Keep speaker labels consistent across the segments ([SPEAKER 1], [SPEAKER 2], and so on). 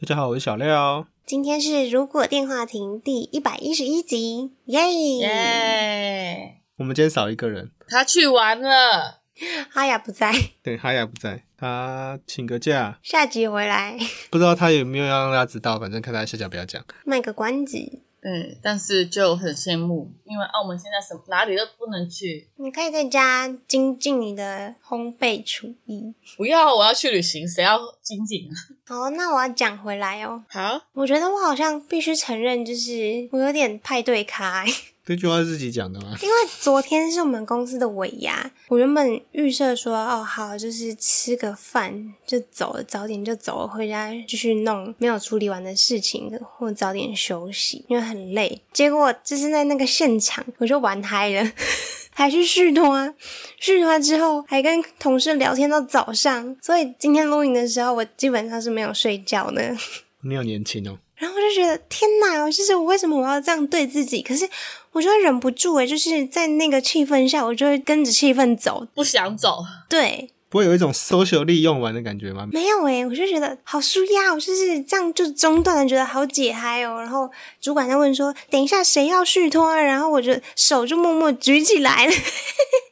[SPEAKER 1] 大家好，我是小廖。
[SPEAKER 2] 今天是如果电话亭第一百一十一集，耶！
[SPEAKER 3] 嗯耶！
[SPEAKER 1] 我们今天少一个人，
[SPEAKER 3] 他去玩了，
[SPEAKER 2] 哈雅哎不在，
[SPEAKER 1] 对，哈雅不在，他请个假，
[SPEAKER 2] 下集回来
[SPEAKER 1] 不知道他有没有要让大家知道，反正看他下讲不要讲。
[SPEAKER 2] 卖个关子。
[SPEAKER 3] 嗯，但是就很羡慕，因为澳门现在什么哪里都不能去。
[SPEAKER 2] 你可以在家精进你的烘焙厨艺。
[SPEAKER 3] 不要，我要去旅行，谁要精进啊？
[SPEAKER 2] 好，那我要讲回来哦。
[SPEAKER 3] 好，
[SPEAKER 2] 我觉得我好像必须承认，就是我有点派对咖、欸，
[SPEAKER 1] 这句话是自己讲的吗？
[SPEAKER 2] 因为昨天是我们公司的尾牙，我原本预设说，哦，好，就是吃个饭就走了，早点就走了，回家继续弄没有处理完的事情，或早点休息，因为很累。结果就是在那个现场，我就玩嗨了。 还去续托啊，续托之后还跟同事聊天到早上，所以今天录影的时候，我基本上是没有睡觉的。
[SPEAKER 1] 你好年轻哦，
[SPEAKER 2] 然后我就觉得天哪，就是我为什么我要这样对自己？可是我就会忍不住诶，欸就是在那个气氛下，我就会跟着气氛走。
[SPEAKER 3] 不想走，
[SPEAKER 2] 对，
[SPEAKER 1] 不会有一种 social 利用完的感觉吗？
[SPEAKER 2] 没有诶，我就觉得好舒压，我就是这样就中断了，觉得好解嗨哦。然后主管在问说，等一下谁要续托啊？然后我就手就默默举起来了。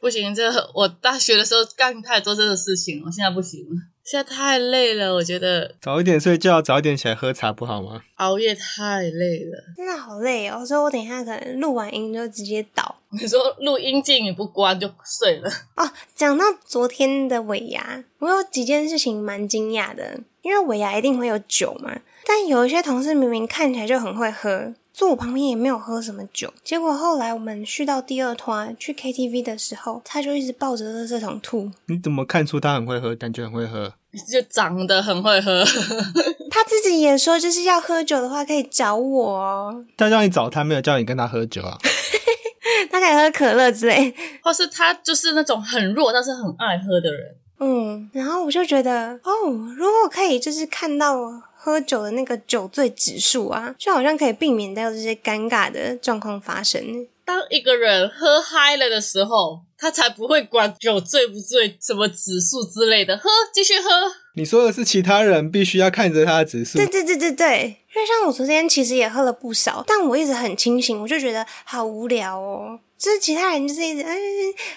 [SPEAKER 3] 不行，这我大学的时候干太多这个事情了，我现在不行了，现在太累了，我觉得
[SPEAKER 1] 早一点睡觉，早一点起来喝茶不好吗？
[SPEAKER 3] 熬夜太累了。
[SPEAKER 2] 真的好累哦，所以我等一下可能录完音就直接倒。
[SPEAKER 3] 你说录音键也不关就睡了，
[SPEAKER 2] 哦，讲到昨天的尾牙，我有几件事情蛮惊讶的，因为尾牙一定会有酒嘛，但有一些同事明明看起来就很会喝，坐我旁边也没有喝什么酒，结果后来我们去到第二团去 KTV 的时候，他就一直抱着垃圾桶吐。
[SPEAKER 1] 你怎么看出他很会喝？感觉很会喝，
[SPEAKER 3] 就长得很会喝。
[SPEAKER 2] 他自己也说，就是要喝酒的话可以找我哦，
[SPEAKER 1] 他叫你找他，没有叫你跟他喝酒啊？
[SPEAKER 2] 他可以喝可乐之类。
[SPEAKER 3] 或是他就是那种很弱但是很爱喝的人，
[SPEAKER 2] 嗯，然后我就觉得，哦，如果可以，就是看到喝酒的那个酒醉指数啊，就好像可以避免掉这些尴尬的状况发生。
[SPEAKER 3] 当一个人喝嗨了的时候，他才不会管酒醉不醉、什么指数之类的，喝继续喝。
[SPEAKER 1] 你说的是其他人必须要看着他的指数
[SPEAKER 2] 对，对对对对，因为像我昨天其实也喝了不少，但我一直很清醒，我就觉得好无聊哦。就是其他人就是一直嗯、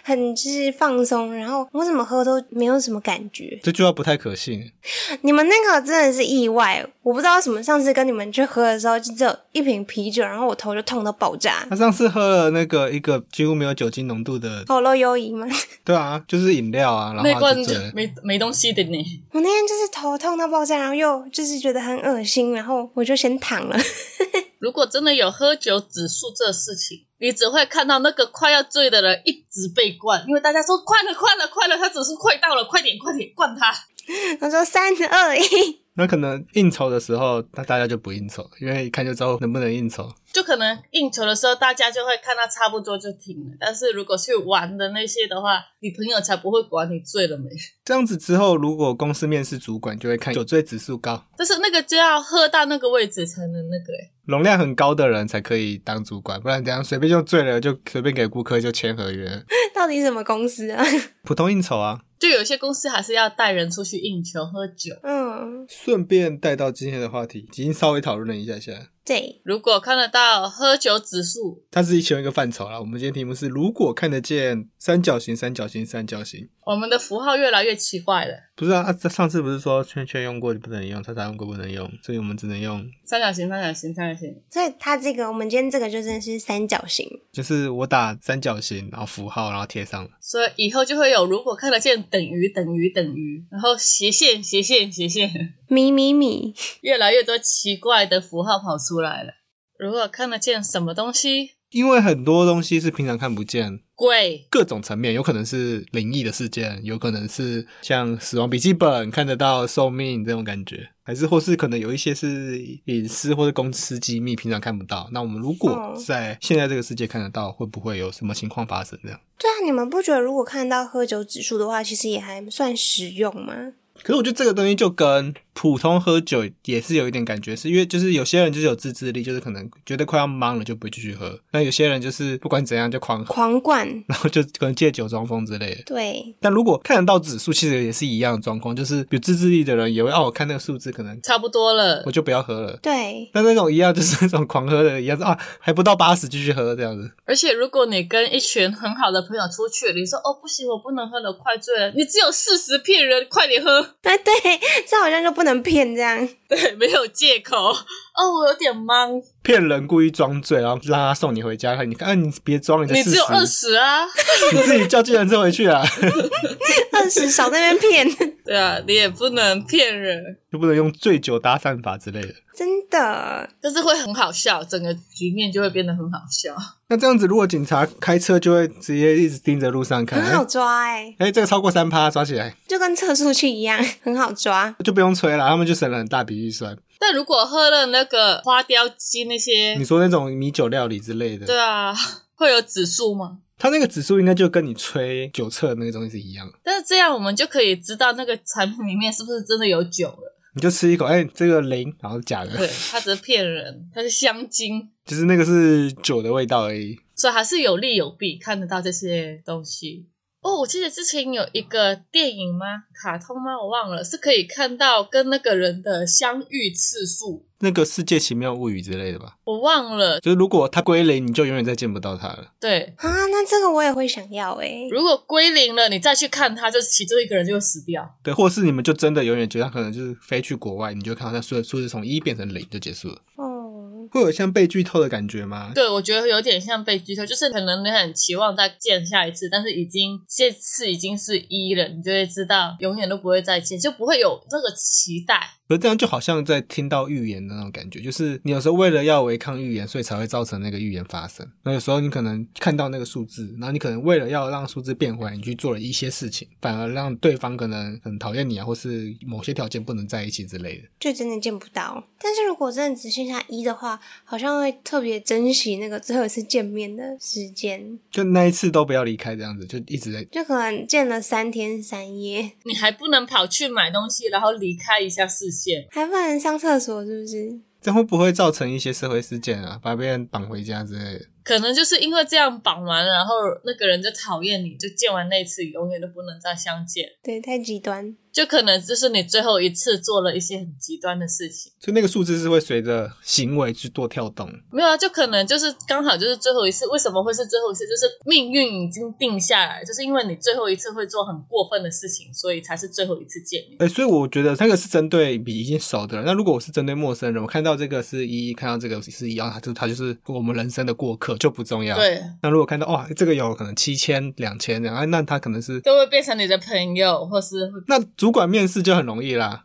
[SPEAKER 2] 很就是放松，然后我怎么喝都没有什么感觉。
[SPEAKER 1] 这句话不太可信。
[SPEAKER 2] 你们那个真的是意外，我不知道为什么。上次跟你们去喝的时候，就只有一瓶啤酒，然后我头就痛到爆 炸。
[SPEAKER 1] 他上次喝了那个一个几乎没有酒精浓度的，
[SPEAKER 2] 好漏优怡吗？
[SPEAKER 1] 对啊，就是饮料啊，然
[SPEAKER 3] 那
[SPEAKER 1] 后他
[SPEAKER 3] 罐
[SPEAKER 1] 就
[SPEAKER 3] 就
[SPEAKER 1] 醉了。
[SPEAKER 3] 没没东西的呢，
[SPEAKER 2] 我那天就是头痛到爆炸，然后又就是觉得很恶心，然后我就先躺了。
[SPEAKER 3] 如果真的有喝酒指数这事情，你只会看到那个快要醉的人一直被灌，因为大家说快了，快了，快了，他指数快到了，快点，快点灌他。
[SPEAKER 2] 我说三二一，
[SPEAKER 1] 那可能应酬的时候，那大家就不应酬，因为一看就知道能不能应酬。
[SPEAKER 3] 就可能应酬的时候，大家就会看他差不多就停了。但是如果去玩的那些的话，你朋友才不会管你醉了没。
[SPEAKER 1] 这样子之后，如果公司面试主管，就会看酒醉指数高、
[SPEAKER 3] 但是那个就要喝到那个位置才能那个、欸，
[SPEAKER 1] 容量很高的人才可以当主管，不然怎样随便就醉了，就随便给顾客就签合约，
[SPEAKER 2] 到底什么公司啊？
[SPEAKER 1] 普通应酬啊。
[SPEAKER 3] 就有些公司还是要带人出去应酬喝酒。
[SPEAKER 2] 嗯，
[SPEAKER 1] 顺便带到今天的话题，已经稍微讨论了一下下，
[SPEAKER 2] 对，
[SPEAKER 3] 如果看得到喝酒指数，
[SPEAKER 1] 它是其中一个范畴啦。我们今天题目是：如果看得见三角形、三角形、三角形，
[SPEAKER 3] 我们的符号越来越奇怪了。
[SPEAKER 1] 不是啊？啊上次不是说圈圈用过就不能用，叉叉用过不能用，所以我们只能用。
[SPEAKER 3] 三角形，三角形，三角形。
[SPEAKER 2] 所以它这个我们今天这个就真的是三角形，
[SPEAKER 1] 就是我打三角形，然后符号，然后贴上了。
[SPEAKER 3] 所以以后就会有，如果看得见等于等于等于，然后斜线斜线斜线，
[SPEAKER 2] 米米米，
[SPEAKER 3] 越来越多奇怪的符号跑出来了。如果看得见什么东西，
[SPEAKER 1] 因为很多东西是平常看不见，
[SPEAKER 3] 鬼
[SPEAKER 1] 各种层面，有可能是灵异的事件，有可能是像死亡笔记本看得到寿命这种感觉。还是或是可能有一些是隐私或者公司机密，平常看不到。那我们如果
[SPEAKER 2] 哦
[SPEAKER 1] 在现在这个世界看得到，会不会有什么情况发生？这样？
[SPEAKER 2] 对啊，你们不觉得如果看到喝酒指数的话，其实也还算实用吗？
[SPEAKER 1] 可是我觉得这个东西就跟普通喝酒也是有一点感觉，是因为就是有些人就是有自制力，就是可能觉得快要忙了就不会继续喝；那有些人就是不管怎样就狂喝，
[SPEAKER 2] 狂灌，
[SPEAKER 1] 然后就可能借酒装疯之类的。
[SPEAKER 2] 对，
[SPEAKER 1] 但如果看得到指数，其实也是一样的状况，就是有自制力的人也会哦，我看那个数字可能
[SPEAKER 3] 差不多了
[SPEAKER 1] 我。就不要喝了。
[SPEAKER 2] 对，
[SPEAKER 1] 但那种一样就是那种狂喝的，一样是啊，还不到八十继续喝这样子。
[SPEAKER 3] 而且如果你跟一群很好的朋友出去，你说哦不行，我不能喝了，快醉了，你只有四十骗人，快点喝，
[SPEAKER 2] 哎对，这好像就不能骗这样。
[SPEAKER 3] 对， 没有借口。哦，我有点懵，
[SPEAKER 1] 骗人，故意装醉，然后让他送你回家。你看，啊、你别装，你才
[SPEAKER 3] 你
[SPEAKER 1] 四
[SPEAKER 3] 只有二
[SPEAKER 1] 十，
[SPEAKER 3] 十啊，
[SPEAKER 1] 你自己叫计程车回去啊，
[SPEAKER 2] 二十少在那边骗，
[SPEAKER 3] 对啊，你也不能骗人，
[SPEAKER 1] 就不能用醉酒搭讪法之类的。
[SPEAKER 2] 真的
[SPEAKER 3] 但是会很好笑，整个局面就会变得很好笑。
[SPEAKER 1] 那这样子，如果警察开车，就会直接一直盯着路上看。
[SPEAKER 2] 很
[SPEAKER 3] 啊
[SPEAKER 2] 好抓哎、
[SPEAKER 1] 哎、这个超过三趴，抓起来
[SPEAKER 2] 就跟测速器一样，很好抓。
[SPEAKER 1] 就不用催了，他们就省了很大笔预算。
[SPEAKER 3] 但如果喝了那个花雕鸡那些
[SPEAKER 1] 你，说那种米酒料理之类
[SPEAKER 3] 对
[SPEAKER 1] 的，
[SPEAKER 3] 啊，会有指数吗？
[SPEAKER 1] 它那个指数应该就跟你吹酒测那个东西是一样的。
[SPEAKER 3] 但是这样我们就可以知道那个产品里面是不是真的有酒了。
[SPEAKER 1] 你就吃一口，哎、这个零，然后是假
[SPEAKER 3] 对
[SPEAKER 1] 的，，
[SPEAKER 3] 它只是骗人，它是香精，
[SPEAKER 1] 就是那个是酒的味道而已。
[SPEAKER 3] 所以还是有利有弊，看得到这些东西。哦，我记得之前有一个电影吗？卡通吗？我忘了，是可以看到跟那个人的相遇次数，
[SPEAKER 1] 那个世界奇妙物语之类的吧，
[SPEAKER 3] 我忘了。
[SPEAKER 1] 就是如果它归零，你就永远再见不到它了。
[SPEAKER 3] 对，
[SPEAKER 2] 啊，那这个我也会想要哎、
[SPEAKER 3] 如果归零了，你再去看它，就其中一个人就会死掉。
[SPEAKER 1] 对，或是你们就真的永远觉得它可能就是飞去国外，你就看到它数数字从一变成零就结束了，
[SPEAKER 2] 哦，
[SPEAKER 1] 会有像被剧透的感觉吗？
[SPEAKER 3] 对，我觉得有点像被剧透，就是可能你很期望再见下一次，但是已经这次已经是一了，你就会知道永远都不会再见，就不会有这个期待。
[SPEAKER 1] 可是这样就好像在听到预言的那种感觉，就是你有时候为了要违抗预言，所以才会造成那个预言发生。那有时候你可能看到那个数字，然后你可能为了要让数字变回来，你去做了一些事情，反而让对方可能很讨厌你啊，或是某些条件不能在一起之类的。
[SPEAKER 2] 就真的见不到。但是如果真的只剩下一的话，好像会特别珍惜那个最后一次见面的时间，
[SPEAKER 1] 就那一次都不要离开，这样子就一直在。
[SPEAKER 2] 就可能见了三天三夜，
[SPEAKER 3] 你还不能跑去买东西，然后离开一下视线。
[SPEAKER 2] 还不能上厕所，是不是？
[SPEAKER 1] 这样会不会造成一些社会事件啊？把别人绑回家之类的？
[SPEAKER 3] 可能就是因为这样绑完了，然后那个人就讨厌你，就见完那一次，永远都不能再相见。
[SPEAKER 2] 对，太极端。
[SPEAKER 3] 就可能就是你最后一次做了一些很极端的事情，
[SPEAKER 1] 所以那个数字是会随着行为去做跳动。
[SPEAKER 3] 没有啊，就可能就是刚好就是最后一次。为什么会是最后一次？就是命运已经定下来，就是因为你最后一次会做很过分的事情，所以才是最后一次见面。
[SPEAKER 1] 哎、所以我觉得那个是针对比已经熟的人。那如果我是针对陌生人，我看到这个是一，看到这个是一，然啊后他就他就是我们人生的过客，就不重要。。
[SPEAKER 3] 对，
[SPEAKER 1] 那如果看到哇，这个有可能七千、两千这样，哎那他可能是
[SPEAKER 3] 就会变成你的朋友，或是会
[SPEAKER 1] 那主管面试就很容易啦。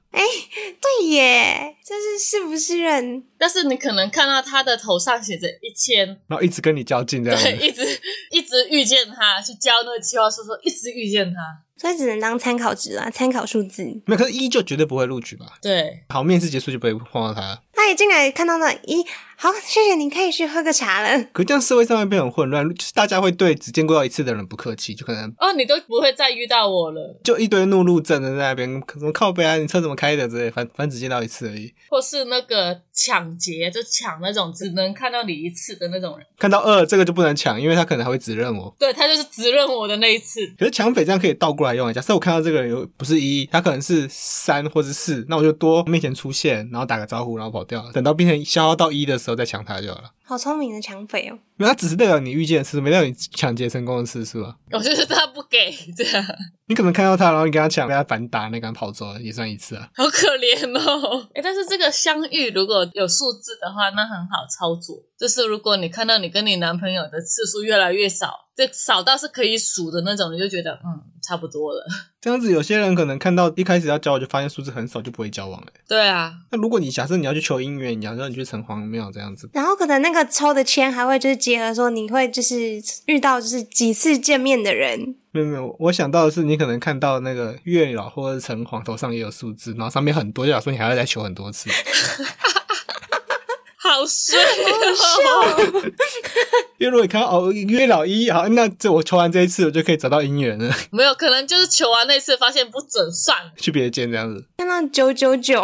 [SPEAKER 2] 对耶，这是是不是人？
[SPEAKER 3] 但是你可能看到他的头上写着一千，
[SPEAKER 1] 然后一直跟你较劲这样
[SPEAKER 3] 对，
[SPEAKER 1] 子。
[SPEAKER 3] 一直一直遇见他，去教那个计划书说一直遇见他，
[SPEAKER 2] 所以只能当参考值啦，参考数字。
[SPEAKER 1] 没有，可是一就绝对不会录取吧？
[SPEAKER 3] 对，
[SPEAKER 1] 好，面试结束就不会碰到他。
[SPEAKER 2] 他一进来看到那一，好，谢谢你，可以去喝个茶了。
[SPEAKER 1] 可是这样社会上会变得很混乱，就是大家会对只见过到一次的人不客气，就可能
[SPEAKER 3] 哦，你都不会再遇到我了，
[SPEAKER 1] 就一堆怒路症的在那边，什么靠背啊，你车怎么开的之类，反反正只见到一次而已。
[SPEAKER 3] 或是那个抢劫，就抢那种只能看到你一次的那种人，
[SPEAKER 1] 看到二这个就不能抢，因为他可能还会指认我。
[SPEAKER 3] 对他就是只认我的那一次，
[SPEAKER 1] 可是抢匪这样可以倒过来用一下，所以我看到这个人有不是一，他可能是三或是四，那我就多面前出现，然后打个招呼，然后跑掉，等到变成消耗到一的时候再抢他就好了。
[SPEAKER 2] 好聪明的抢匪哦！
[SPEAKER 1] 没有，他只是代表你遇见的次数，没代表你抢劫成功的次数啊。
[SPEAKER 3] 我就是他不给，这样
[SPEAKER 1] 你可能看到他，然后你跟他抢，被他反打，那个人跑走了，也算一次啊。
[SPEAKER 3] 好可怜哦。哎，但是这个相遇如果有数字的话，那很好操作，就是如果你看到你跟你男朋友的次数越来越少，就少到是可以数的那种，你就觉得嗯差不多了。
[SPEAKER 1] 这样子，有些人可能看到一开始要交往就发现数字很少，就不会交往了。
[SPEAKER 3] 对啊，
[SPEAKER 1] 那如果你假设你要去求姻缘，假设你去城隍庙这样子，
[SPEAKER 2] 然后可能那个抽的签还会就是结合说你会就是遇到就是几次见面的人，
[SPEAKER 1] 没有没有，我想到的是你可能看到那个月老或者城隍头上也有数字，然后上面很多，就想说你还要再求很多次。
[SPEAKER 3] 好帅哦！
[SPEAKER 1] 因为如果你看到哦月老一，好，那这我求完这一次，我就可以找到姻缘了，
[SPEAKER 3] 没有，可能就是求完那次发现不准算了，
[SPEAKER 1] 去别间这样子。
[SPEAKER 2] 看到九九九，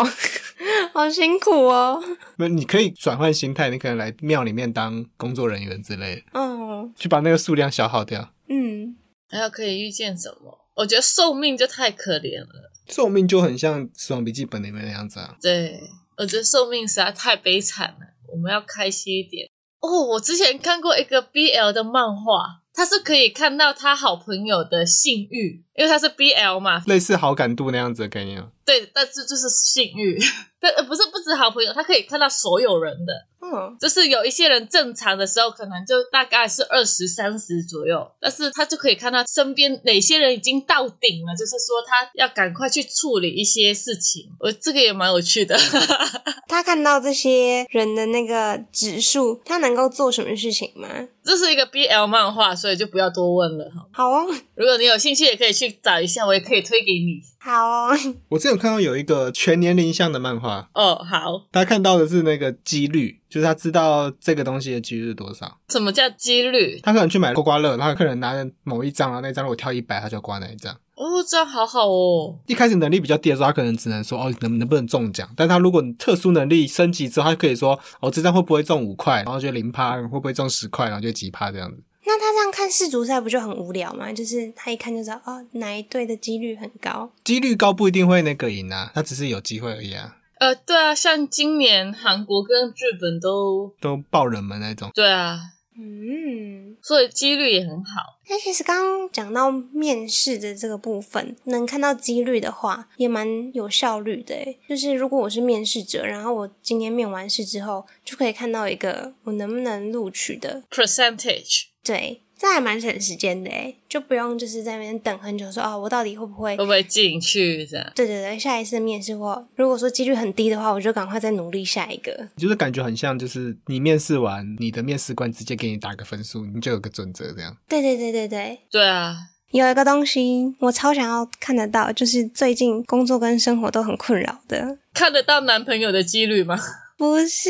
[SPEAKER 2] 好辛苦哦。
[SPEAKER 1] 那你可以转换心态，你可能来庙里面当工作人员之类的，
[SPEAKER 2] 哦，
[SPEAKER 1] 去把那个数量消耗掉。
[SPEAKER 2] 嗯，
[SPEAKER 3] 还有可以遇见什么？我觉得寿命就太可怜了。
[SPEAKER 1] 寿命就很像《死亡笔记本》里面那样子啊。
[SPEAKER 3] 对，我觉得寿命实在太悲惨了，我们要开心一点。哦，我之前看过一个 BL 的漫画，它是可以看到他好朋友的性欲，因为它是 BL 嘛，
[SPEAKER 1] 类似好感度那样子的概念啊。
[SPEAKER 3] 对，但是就是性欲， 但呃不是不止好朋友，他可以看到所有人的，
[SPEAKER 2] 哦，
[SPEAKER 3] 就是有一些人正常的时候，可能就大概是二十三十左右，但是他就可以看到身边哪些人已经到顶了，就是说他要赶快去处理一些事情。我这个也蛮有趣的，
[SPEAKER 2] 他看到这些人的那个指数，他能够做什么事情吗？
[SPEAKER 3] 这是一个 BL 漫画，所以就不要多问了哈。
[SPEAKER 2] 好哦，
[SPEAKER 3] 如果你有兴趣，也可以去找一下，我也可以推给你。
[SPEAKER 2] 好哦，
[SPEAKER 1] 我之前有看到有一个全年龄向的漫画，
[SPEAKER 3] 哦，好，
[SPEAKER 1] 他看到的是那个几率，就是他知道这个东西的几率是多少。
[SPEAKER 3] 什么叫几率？
[SPEAKER 1] 他可能去买刮刮乐，然后客人拿着某一张，然后那张如果跳一百，他就刮哪一张。
[SPEAKER 3] 哦，这样好好哦。
[SPEAKER 1] 一开始能力比较低的时候，他可能只能说哦能能不能中奖，但他如果特殊能力升级之后，他可以说哦这张会不会中五块，然后就零趴，会不会中十块，然后就几趴这样子。
[SPEAKER 2] 那他这样看世足赛不就很无聊吗？就是他一看就知道，哦，哪一队的几率很高。
[SPEAKER 1] 几率高不一定会那个赢啊，他只是有机会而已啊，
[SPEAKER 3] 呃，对啊，像今年韩国跟日本都，
[SPEAKER 1] 都爆冷门那种。
[SPEAKER 3] 对啊，
[SPEAKER 2] 嗯，
[SPEAKER 3] 所以几率也很好。
[SPEAKER 2] 那其实刚刚讲到面试的这个部分，能看到几率的话，也蛮有效率的诶。就是如果我是面试者，然后我今天面完试之后，就可以看到一个我能不能录取的，
[SPEAKER 3] percentage
[SPEAKER 2] 对，这还蛮省时间的诶，就不用就是在那边等很久说，哦，我到底会不会
[SPEAKER 3] 会。不会进去这样？
[SPEAKER 2] 对对对，下一次面试或如果说几率很低的话，我就赶快再努力下一个。
[SPEAKER 1] 就是感觉很像，就是你面试完，你的面试官直接给你打个分数，你就有个准则这样。
[SPEAKER 2] 对对对对对，
[SPEAKER 3] 对啊，
[SPEAKER 2] 有一个东西我超想要看得到，就是最近工作跟生活都很困扰的，
[SPEAKER 3] 看得到男朋友的几率吗？
[SPEAKER 2] 不是？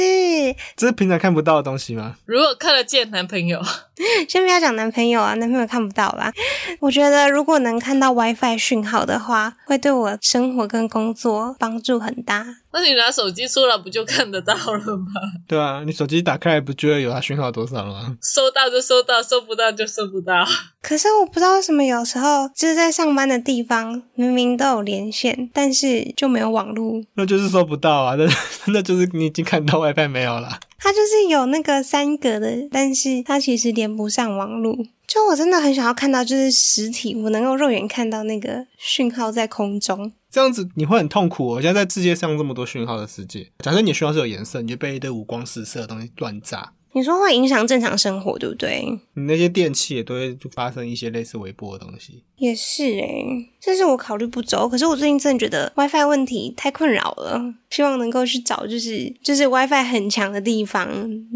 [SPEAKER 1] 这是平常看不到的东西吗？
[SPEAKER 3] 如果看得见男朋友，
[SPEAKER 2] 先不要讲男朋友啊，男朋友看不到啦。我觉得如果能看到 WiFi 讯号的话，会对我生活跟工作帮助很大。
[SPEAKER 3] 那你拿手机出来不就看得到了吗？
[SPEAKER 1] 对啊，你手机打开来不就会有它讯号多少了吗？
[SPEAKER 3] 收到就收到，收不到就收不到。
[SPEAKER 2] 可是我不知道为什么，有时候就是在上班的地方，明明都有连线，但是就没有网络。
[SPEAKER 1] 那就是收不到啊，那 那就是你已经看到 WiFi 没有了。
[SPEAKER 2] 它就是有那个三格的，但是它其实连不上网络。就我真的很想要看到，就是实体，我能够肉眼看到那个讯号在空中。
[SPEAKER 1] 这样子你会很痛苦、哦。现在在世界上这么多讯号的世界，假设你的讯号是有颜色，你就被一堆五光十色的东西乱炸，
[SPEAKER 2] 你说会影响正常生活，对不对？
[SPEAKER 1] 你那些电器也都会发生一些类似微波的东西。
[SPEAKER 2] 也是诶、这是我考虑不周。可是我最近真的觉得 WiFi 问题太困扰了，希望能够去找就是就是 WiFi 很强的地方，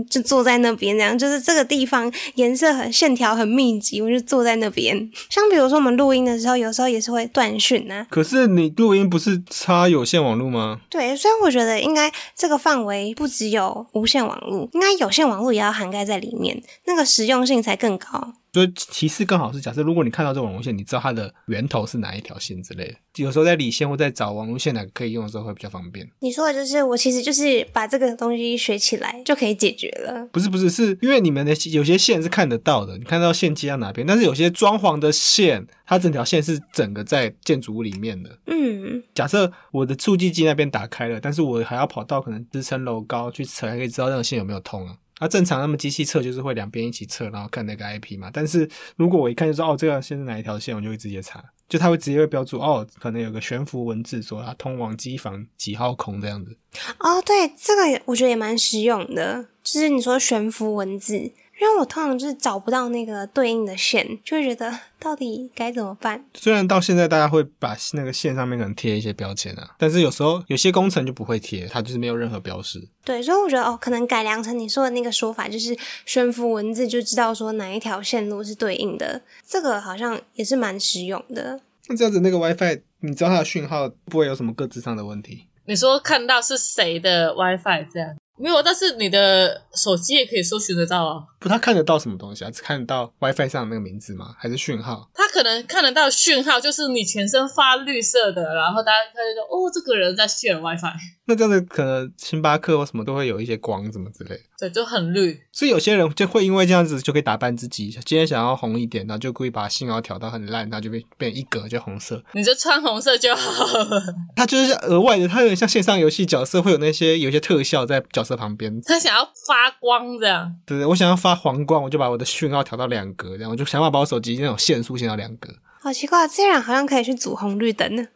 [SPEAKER 2] 就坐在那边这样，就是这个地方颜色很线条很密集，我就坐在那边。像比如说我们录音的时候，有时候也是会断讯啊，
[SPEAKER 1] 可是你录音不是插有线网络吗？
[SPEAKER 2] 对，所以我觉得应该这个范围不只有无线网络，应该有线网络也要涵盖在里面，那个实用性才更高。
[SPEAKER 1] 所以其次更好是，假设如果你看到这网路线，你知道它的源头是哪一条线之类的。有时候在理线或在找网路线哪个可以用的时候会比较方便。
[SPEAKER 2] 你说的就是我，其实就是把这个东西学起来就可以解决了。
[SPEAKER 1] 不是不是，是因为你们的有些线是看得到的，你看到线接到哪边，但是有些装潢的线，它整条线是整个在建筑物里面的。
[SPEAKER 2] 嗯，
[SPEAKER 1] 假设我的触记机那边打开了，但是我还要跑到可能支撑楼高去测，才可以知道那条线有没有通啊。啊，正常他们机器测就是会两边一起测，然后看那个 IP 嘛。但是如果我一看就知道哦，这条线是哪一条线，我就会直接查，就它会直接会标注哦，可能有个悬浮文字说它通往机房几号孔这样子。
[SPEAKER 2] 哦，对，这个也我觉得也蛮实用的，就是你说悬浮文字，因为我通常就是找不到那个对应的线，就会觉得 到底该怎么办？
[SPEAKER 1] 虽然到现在大家会把那个线上面可能贴一些标签啊，但是有时候有些工程就不会贴，它就是没有任何标识。
[SPEAKER 2] 对，所以我觉得哦，可能改良成你说的那个说法，就是悬浮文字就知道说哪一条线路是对应的，这个好像也是蛮实用的。
[SPEAKER 1] 那这样子那个 WiFi，你知道它的讯号不会有什么各自上的问题？
[SPEAKER 3] 你说看到是谁的 WiFi 这样？没有，但是你的手机也可以搜寻得到啊。
[SPEAKER 1] 不，它看得到什么东西啊？只看得到 WiFi 上的那个名字吗？还是讯号？
[SPEAKER 3] 他可能看得到讯号，就是你全身发绿色的，然后大家看就说哦，这个人在 share WiFi，
[SPEAKER 1] 那这样子可能星巴克或什么都会有一些光什么之类的。
[SPEAKER 3] 对，就很绿。
[SPEAKER 1] 所以有些人就会因为这样子就可以打扮自己，今天想要红一点，然后就故意把信号调到很烂，然后就变变一格就红色。
[SPEAKER 3] 你就穿红色就好了。
[SPEAKER 1] 它就是额外的，它有点像线上游戏角色会有那些有一些特效在角色旁边。
[SPEAKER 3] 他想要发光这样，
[SPEAKER 1] 对对，我想要发黄光，我就把我的讯号调到两格，然后我就想办法把我手机那种限速限到两格。
[SPEAKER 2] 好奇怪，自然好像可以去组红绿灯呢。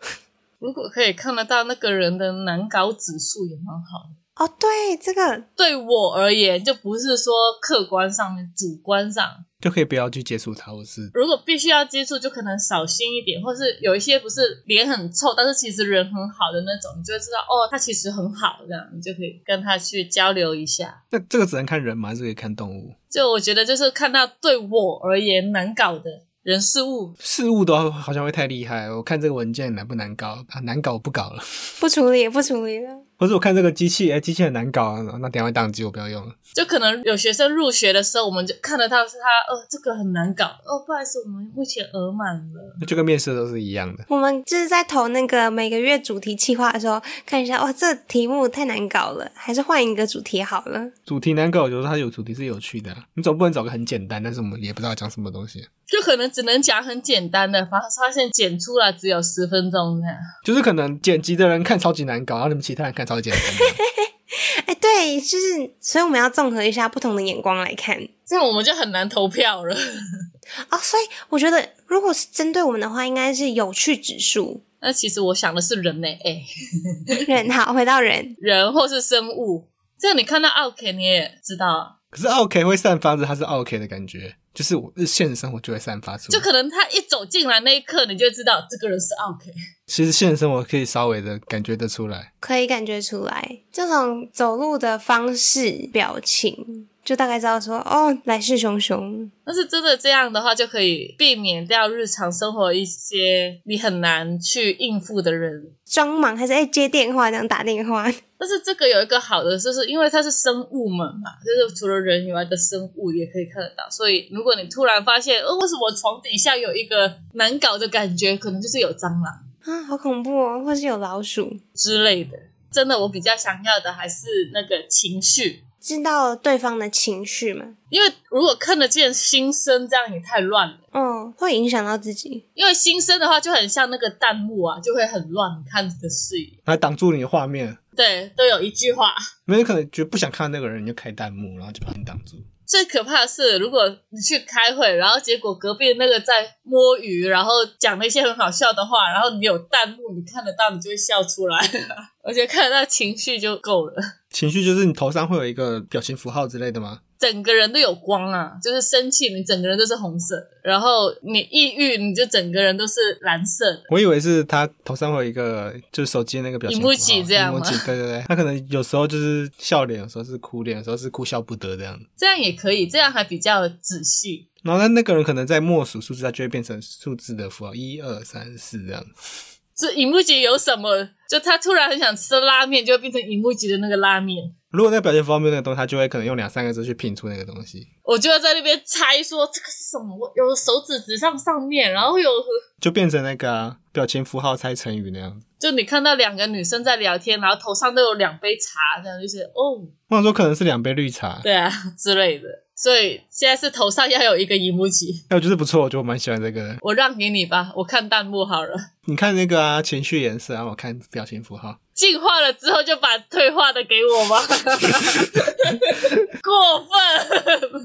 [SPEAKER 3] 如果可以看得到那个人的难搞指数也蛮好的。
[SPEAKER 2] 哦，对，这个
[SPEAKER 3] 对我而言，就不是说客观上面，主观上，
[SPEAKER 1] 就可以不要去接触它，或是
[SPEAKER 3] 如果必须要接触，就可能少心一点，或是有一些不是脸很臭，但是其实人很好的那种，你就会知道哦，他其实很好，这样你就可以跟他去交流一下。
[SPEAKER 1] 那这个只能看人嘛，还是可以看动物？
[SPEAKER 3] 就我觉得就是看到对我而言难搞的人事物，
[SPEAKER 1] 事物的话好像会太厉害，我看这个文件难不难搞啊？难搞我不搞了，
[SPEAKER 2] 不处理，不处理了。
[SPEAKER 1] 或是我看这个机器，哎，机器很难搞啊，那等一下会宕机，我不要用了。
[SPEAKER 3] 就可能有学生入学的时候，我们就看得到是他，呃，这个很难搞，哦，不好意思，我们目前额满了。
[SPEAKER 1] 那就跟面试都是一样的。
[SPEAKER 2] 我们就是在投那个每个月主题企划的时候，看一下，哇，这题目太难搞了，还是换一个主题好了。
[SPEAKER 1] 主题难搞，有时候它有主题是有趣的啊、你总不能找个很简单，但是我们也不知道讲什么东西，啊
[SPEAKER 3] 就可能只能讲很简单的，发发现剪出来只有十分钟这样。
[SPEAKER 1] 就是可能剪辑的人看超级难搞，然后你们其他人看超级简单的。
[SPEAKER 2] 哎，对，就是，所以我们要综合一下不同的眼光来看
[SPEAKER 3] 这样我们就很难投票了。
[SPEAKER 2] 哦。所以我觉得，如果是针对我们的话，应该是有趣指数。
[SPEAKER 3] 那其实我想的是人呢、哎、
[SPEAKER 2] 人好，回到人，
[SPEAKER 3] 人或是生物，这样你看到奥 K 你也知道啊，
[SPEAKER 1] 可是 OK 会散发着它是 OK 的感觉，就是我日现实生活就会散发出。
[SPEAKER 3] 就可能他一走进来那一刻，你就知道这个人是奥 K。
[SPEAKER 1] 其实现实生活可以稍微的感觉得出来。
[SPEAKER 2] 可以感觉出来，这种走路的方式、表情，就大概知道说，哦，来势汹汹。
[SPEAKER 3] 但是真的这样的话，就可以避免掉日常生活一些你很难去应付的人。
[SPEAKER 2] 装忙还是哎、接电话这样打电话，
[SPEAKER 3] 但是这个有一个好的，就是因为它是生物们嘛，就是除了人以外的生物也可以看得到。所以如果你突然发现，呃，为什么床底下有一个难搞的感觉，可能就是有蟑螂
[SPEAKER 2] 啊，好恐怖哦！或是有老鼠，
[SPEAKER 3] 之类的。真的，我比较想要的还是那个情绪，
[SPEAKER 2] 知道对方的情绪嘛？
[SPEAKER 3] 因为如果看得见新生，这样也太乱了。
[SPEAKER 2] 哦，会影响到自己。
[SPEAKER 3] 因为新生的话就很像那个弹幕啊，就会很乱，看你的视野。
[SPEAKER 1] 来挡住你的画面，
[SPEAKER 3] 对，都有一句话。
[SPEAKER 1] 没有可能觉得不想看那个人，你就开弹幕，然后就把你挡住。
[SPEAKER 3] 最可怕的是，如果你去开会，然后结果隔壁那个在摸鱼，然后讲了一些很好笑的话，然后你有弹幕，你看得到，你就会笑出来。 我觉得看得到情绪就够了，
[SPEAKER 1] 情绪就是你头上会有一个表情符号之类的吗？
[SPEAKER 3] 整个人都有光啊，就是生气，你整个人都是红色的；然后你抑郁，你就整个人都是蓝色的。
[SPEAKER 1] 我以为是他头上会有一个就是手机的那个表情符号
[SPEAKER 3] emoji 这样吗
[SPEAKER 1] emoji，对对对，他可能有时候就是笑脸，有时候是哭脸，有时候是哭笑不得这样。
[SPEAKER 3] 这样也可以，这样还比较仔细。
[SPEAKER 1] 然后那那个人可能在默数数字，他就会变成数字的符号，一二三四这样。
[SPEAKER 3] 这荧幕级有什么？就他突然很想吃拉面，就会变成荧幕级的那个拉面。
[SPEAKER 1] 如果那个表情符号没有那个东西，他就会可能用两三个字去拼出那个东西，
[SPEAKER 3] 我就要在那边猜说这个是什么，我有手指指上上面，然后有
[SPEAKER 1] 就变成那个啊、表情符号猜成语那样。
[SPEAKER 3] 就你看到两个女生在聊天，然后头上都有两杯茶，这样就是哦，
[SPEAKER 1] 我想说可能是两杯绿茶，
[SPEAKER 3] 对啊 之类的。所以现在是头上要有一个荧幕级，
[SPEAKER 1] 哎，我觉得不错，我觉得我蛮喜欢这个的。
[SPEAKER 3] 我让给你吧，我看弹幕好了。
[SPEAKER 1] 你看那个啊，情绪颜色，然后我看表情符号。
[SPEAKER 3] 进化了之后就把退化的给我吧， 过分。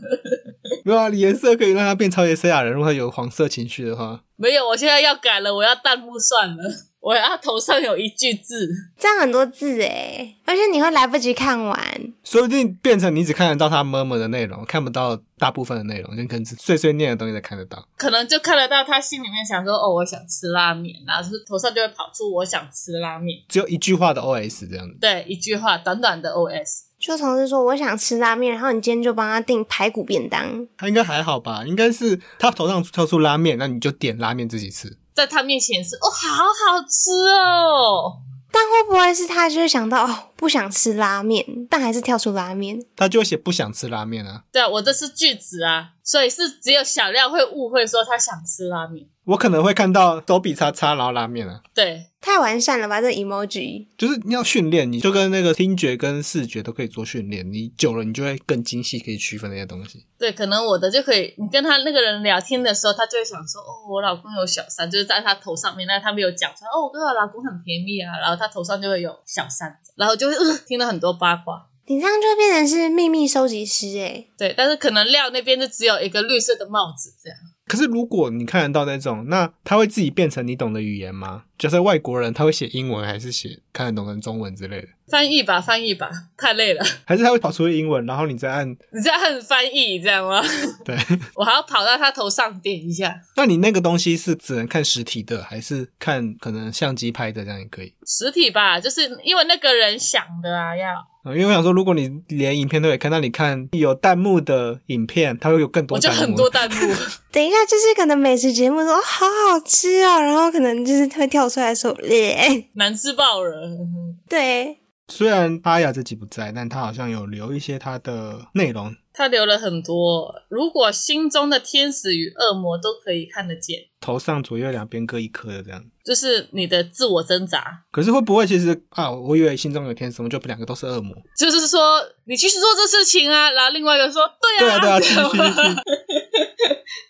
[SPEAKER 1] 没有啊，你颜色可以让它变超级赛亚人，如果它有黄色情绪的话。
[SPEAKER 3] 没有，我现在要改了，我要弹幕算了。我要头上有一句字，
[SPEAKER 2] 这样很多字哎，而且你会来不及看完。
[SPEAKER 1] 说不定变成你只看得到他么么的内容，看不到大部分的内容，就你可能只碎碎念的东西才看得到。
[SPEAKER 3] 可能就看得到他心里面想说哦，我想吃拉面，然后就是头上就会跑出我想吃拉面。
[SPEAKER 1] 只有一句话的 OS 这样子，
[SPEAKER 3] 对，一句话，短短的 OS。
[SPEAKER 2] 就同事说我想吃拉面，然后你今天就帮他订排骨便当，
[SPEAKER 1] 他应该还好吧？应该是他头上挑出拉面，那你就点拉面自己吃。
[SPEAKER 3] 在他面前是哦，好好吃哦，
[SPEAKER 2] 但会不会是他就是想到哦不想吃拉面，但还是跳出拉面？
[SPEAKER 1] 他就会写不想吃拉面啊。
[SPEAKER 3] 对啊，我这是句子啊，所以是只有小廖会误会说他想吃拉面。
[SPEAKER 1] 我可能会看到手比叉叉，然后拉面啊。
[SPEAKER 3] 对，
[SPEAKER 2] 太完善了吧这 emoji？
[SPEAKER 1] 就是你要训练，你就跟那个听觉跟视觉都可以做训练，你久了你就会更精细，可以区分那些东西。
[SPEAKER 3] 对，可能我的就可以，你跟他那个人聊天的时候，他就会想说，哦，我老公有小三，就是在他头上面，那他没有讲出来，哦，我跟我老公很甜蜜啊，然后他头上就会有小三，然后就会、呃、听了很多八卦。
[SPEAKER 2] 你这样就会变成是秘密收集师哎，
[SPEAKER 3] 对，但是可能廖那边就只有一个绿色的帽子这样。
[SPEAKER 1] 可是如果你看得到那种，那他会自己变成你懂的语言吗？假设外国人他会写英文，还是写看得懂的中文之类的，
[SPEAKER 3] 翻译吧，翻译吧，太累了，
[SPEAKER 1] 还是他会跑出英文，然后你再按
[SPEAKER 3] 你这样很翻译这样吗？
[SPEAKER 1] 对？
[SPEAKER 3] 我还要跑到他头上点一下，
[SPEAKER 1] 那你那个东西是只能看实体的，还是看可能相机拍的这样也可以？
[SPEAKER 3] 实体吧，就是因为那个人想的啊，要
[SPEAKER 1] 嗯，因为我想说，如果你连影片都可以看，那你看有弹幕的影片，它会有更多
[SPEAKER 3] 我就
[SPEAKER 1] 弹幕。
[SPEAKER 3] 很多弹幕。
[SPEAKER 2] 等一下就是可能美食节目说哦好好吃哦，然后可能就是会跳出来说，欸、
[SPEAKER 3] 难吃爆了。嗯
[SPEAKER 2] 对，
[SPEAKER 1] 虽然阿雅这集不在，但她好像有留一些她的内容。
[SPEAKER 3] 他留了很多，如果心中的天使与恶魔都可以看得见，
[SPEAKER 1] 头上左右两边各一颗的这样，
[SPEAKER 3] 就是你的自我挣扎，
[SPEAKER 1] 可是会不会其实啊？我以为心中有天使，我们就两个都是恶魔。
[SPEAKER 3] 就是说你去做这事情啊，然后另外一个说对
[SPEAKER 1] 对啊，
[SPEAKER 3] 啊，
[SPEAKER 1] 对 啊，继续继续继续。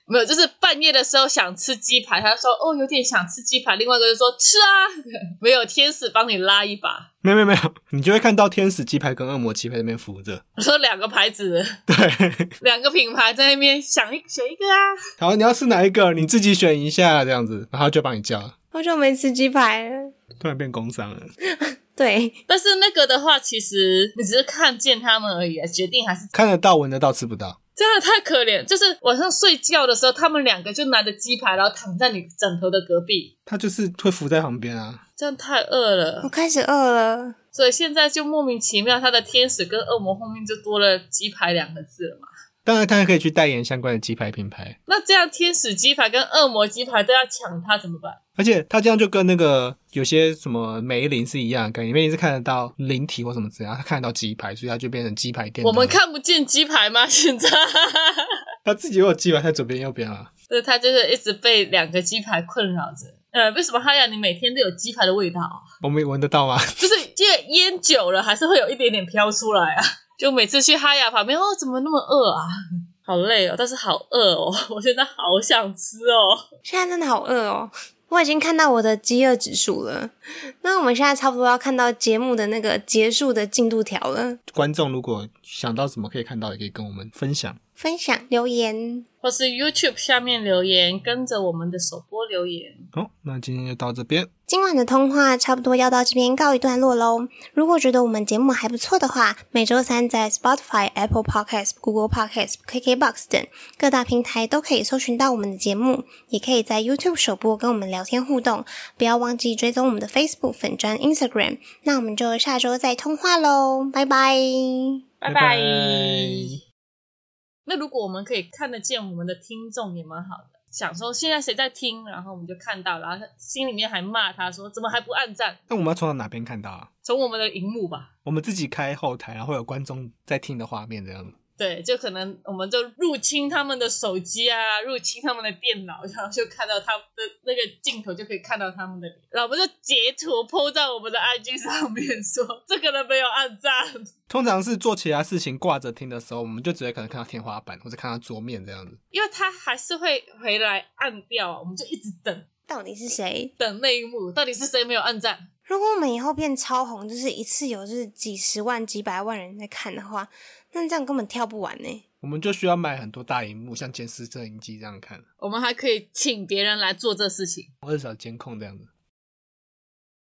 [SPEAKER 3] 没有，就是半夜的时候想吃鸡排，他说哦有点想吃鸡排，另外一个就说吃啊， 没有天使帮你拉一把，
[SPEAKER 1] 没有没有没有，你就会看到天使鸡排跟恶魔鸡排在那边扶着。
[SPEAKER 3] 我说两个牌子，
[SPEAKER 1] 对，
[SPEAKER 3] 两个品牌在那边想一选一个啊，
[SPEAKER 1] 然后你要吃哪一个，你自己选一下这样子，然后就帮你叫。
[SPEAKER 2] 好久没吃鸡排了。
[SPEAKER 1] 突然变工伤了，
[SPEAKER 2] 对，
[SPEAKER 3] 但是那个的话，其实你只是看见他们而已，啊，决定还是
[SPEAKER 1] 看得到、闻得到、吃不到。
[SPEAKER 3] 真的太可怜，就是晚上睡觉的时候，他们两个就拿着鸡排，然后躺在你枕头的隔壁，
[SPEAKER 1] 它就是会浮在旁边啊。
[SPEAKER 3] 这样太饿
[SPEAKER 2] 我
[SPEAKER 3] 了。
[SPEAKER 2] 开始饿了。
[SPEAKER 3] 所以现在就莫名其妙，他的天使跟恶魔后面就多了“鸡排”两个字了嘛。
[SPEAKER 1] 当然，它还可以去代言相关的鸡排品牌，
[SPEAKER 3] 那这样天使鸡排跟恶魔鸡排都要抢他怎么办？
[SPEAKER 1] 而且它这样就跟那个有些什么梅林是一样的概念，梅林是看得到灵体或什么之类的，它看得到鸡排，所以它就变成鸡排店。
[SPEAKER 3] 我们，看不见鸡排吗？现在，
[SPEAKER 1] 它自己有鸡排在左边右边啊。
[SPEAKER 3] 对，他就是一直被两个鸡排困扰着。呃，为什么哈雅你每天都有鸡排的味道啊？
[SPEAKER 1] 我们闻得到吗？
[SPEAKER 3] 就是因为腌久了，还是会有一点点飘出来啊。 就每次去哈雅旁边，哦，怎么那么饿啊？好累哦，但是好饿哦，我现在好想吃哦。
[SPEAKER 2] 现在真的好饿哦， 我已经看到我的饥饿指数了。那我们现在差不多要看到节目的那个结束的进度条了。
[SPEAKER 1] 观众如果想到什么可以看到，也可以跟我们分享。
[SPEAKER 2] 分享留言，
[SPEAKER 3] 或是 YouTube 下面留言，跟着我们的首播留言。
[SPEAKER 1] 好，那今天就到这边，
[SPEAKER 2] 今晚的通话差不多要到这边告一段落喽。如果觉得我们节目还不错的话，每周三在 Spotify、Apple Podcast、Google Podcast、KKBox 等各大平台都可以搜寻到我们的节目，也可以在 YouTube 首播跟我们聊天互动。不要忘记追踪我们的 Facebook 粉专、Instagram。那我们就下周再通话喽，拜拜。
[SPEAKER 3] 拜拜。那如果我们可以看得见我们的听众，也蛮好的。想说现在谁在听，然后我们就看到，然后心里面还骂他说怎么还不按赞，
[SPEAKER 1] 那我们要从哪边看到啊？
[SPEAKER 3] 从我们的荧幕吧。
[SPEAKER 1] 我们自己开后台，然后会有观众在听的画面这样子。
[SPEAKER 3] 对，就可能我们就入侵他们的手机啊，入侵他们的电脑，然后就看到他们的那个镜头，就可以看到他们的脸，然后我们就截图 PO 在我们的 IG 上面说，这个人没有按赞，
[SPEAKER 1] 通常是做其他事情挂着听的时候，我们就直接可能看到天花板或者看到桌面这样子。
[SPEAKER 3] 因为他还是会回来按掉啊，我们就一直等
[SPEAKER 2] 到底是谁？
[SPEAKER 3] 等那一幕，到底是谁没有按赞？
[SPEAKER 2] 如果我们以后变超红，就是一次有就是几十万、几百万人在看的话，那这样根本跳不完呢、欸
[SPEAKER 1] 我们就需要买很多大荧幕，像监视摄影机这样看，呃
[SPEAKER 3] 我们还可以请别人来做这事情，
[SPEAKER 1] 或者小监控这样子。